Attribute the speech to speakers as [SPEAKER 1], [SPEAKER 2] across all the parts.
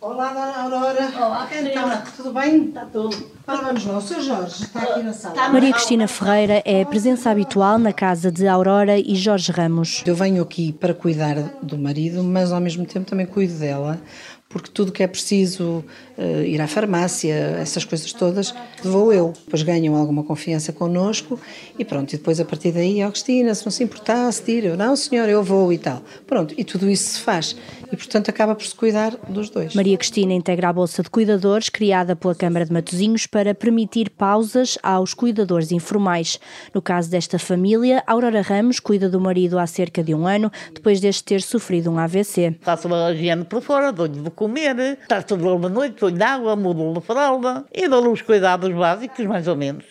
[SPEAKER 1] Olá, Dona Aurora.
[SPEAKER 2] Olá, Carina.
[SPEAKER 1] Então, tudo bem?
[SPEAKER 2] Está tudo. Tá,
[SPEAKER 1] Ora, vamos lá. O Sr. Jorge está aqui na sala.
[SPEAKER 2] Está
[SPEAKER 3] Maria Cristina Ferreira é presença habitual na casa de Aurora e Jorge Ramos.
[SPEAKER 1] Eu venho aqui para cuidar do marido, mas ao mesmo tempo também cuido dela, porque tudo que é preciso, eh, ir à farmácia, essas coisas todas, vou eu. Depois ganham alguma confiança connosco e pronto. E depois a partir daí, ó Cristina, se não se importasse, tira. Eu, não, senhor, eu vou e tal. Pronto. E tudo isso se faz. E portanto acaba por se cuidar dos dois.
[SPEAKER 3] Maria Cristina integra a Bolsa de Cuidadores, criada pela Câmara de Matosinhos para permitir pausas aos cuidadores informais. No caso desta família, Aurora Ramos cuida do marido há cerca de um ano, depois deste ter sofrido um AVC.
[SPEAKER 4] Faço uma higiene por fora, dou-lhe de comer, trato dele à noite, dou-lhe água, mudo-lhe a fralda e dou-lhe os cuidados básicos, mais ou menos.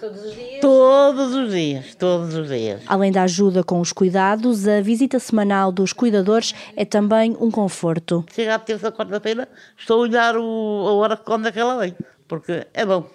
[SPEAKER 2] Todos os dias.
[SPEAKER 4] Todos os dias, todos os dias.
[SPEAKER 3] Além da ajuda com os cuidados, a visita semanal dos cuidadores é também um conforto.
[SPEAKER 4] Chega à terça, quarta-feira, estou a olhar o, a hora que quando é que ela vem, porque é bom.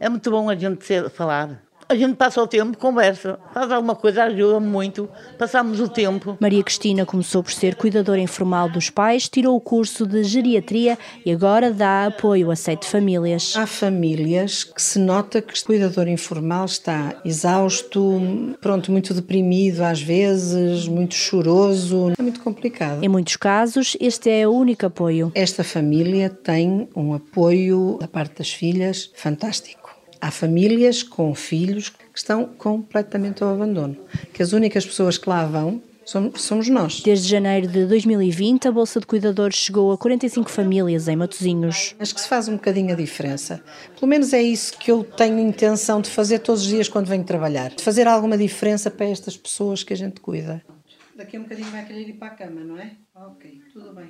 [SPEAKER 4] É muito bom a gente ser, falar. A gente passa o tempo, conversa, faz alguma coisa, ajuda muito, passamos o tempo.
[SPEAKER 3] Maria Cristina começou por ser cuidadora informal dos pais, tirou o curso de geriatria e agora dá apoio a sete famílias.
[SPEAKER 1] Há famílias que se nota que o cuidador informal está exausto, pronto, muito deprimido às vezes, muito choroso. É muito complicado.
[SPEAKER 3] Em muitos casos, este é o único apoio.
[SPEAKER 1] Esta família tem um apoio da parte das filhas fantástico. Há famílias com filhos que estão completamente ao abandono, que as únicas pessoas que lá vão somos, somos nós.
[SPEAKER 3] Desde janeiro de 2020, a Bolsa de Cuidadores chegou a 45 famílias em Matosinhos.
[SPEAKER 1] Acho que se faz um bocadinho a diferença. Pelo menos é isso que eu tenho intenção de fazer todos os dias quando venho trabalhar. De fazer alguma diferença para estas pessoas que a gente cuida. Daqui a um bocadinho vai querer ir para a cama, não é? Ok, tudo bem.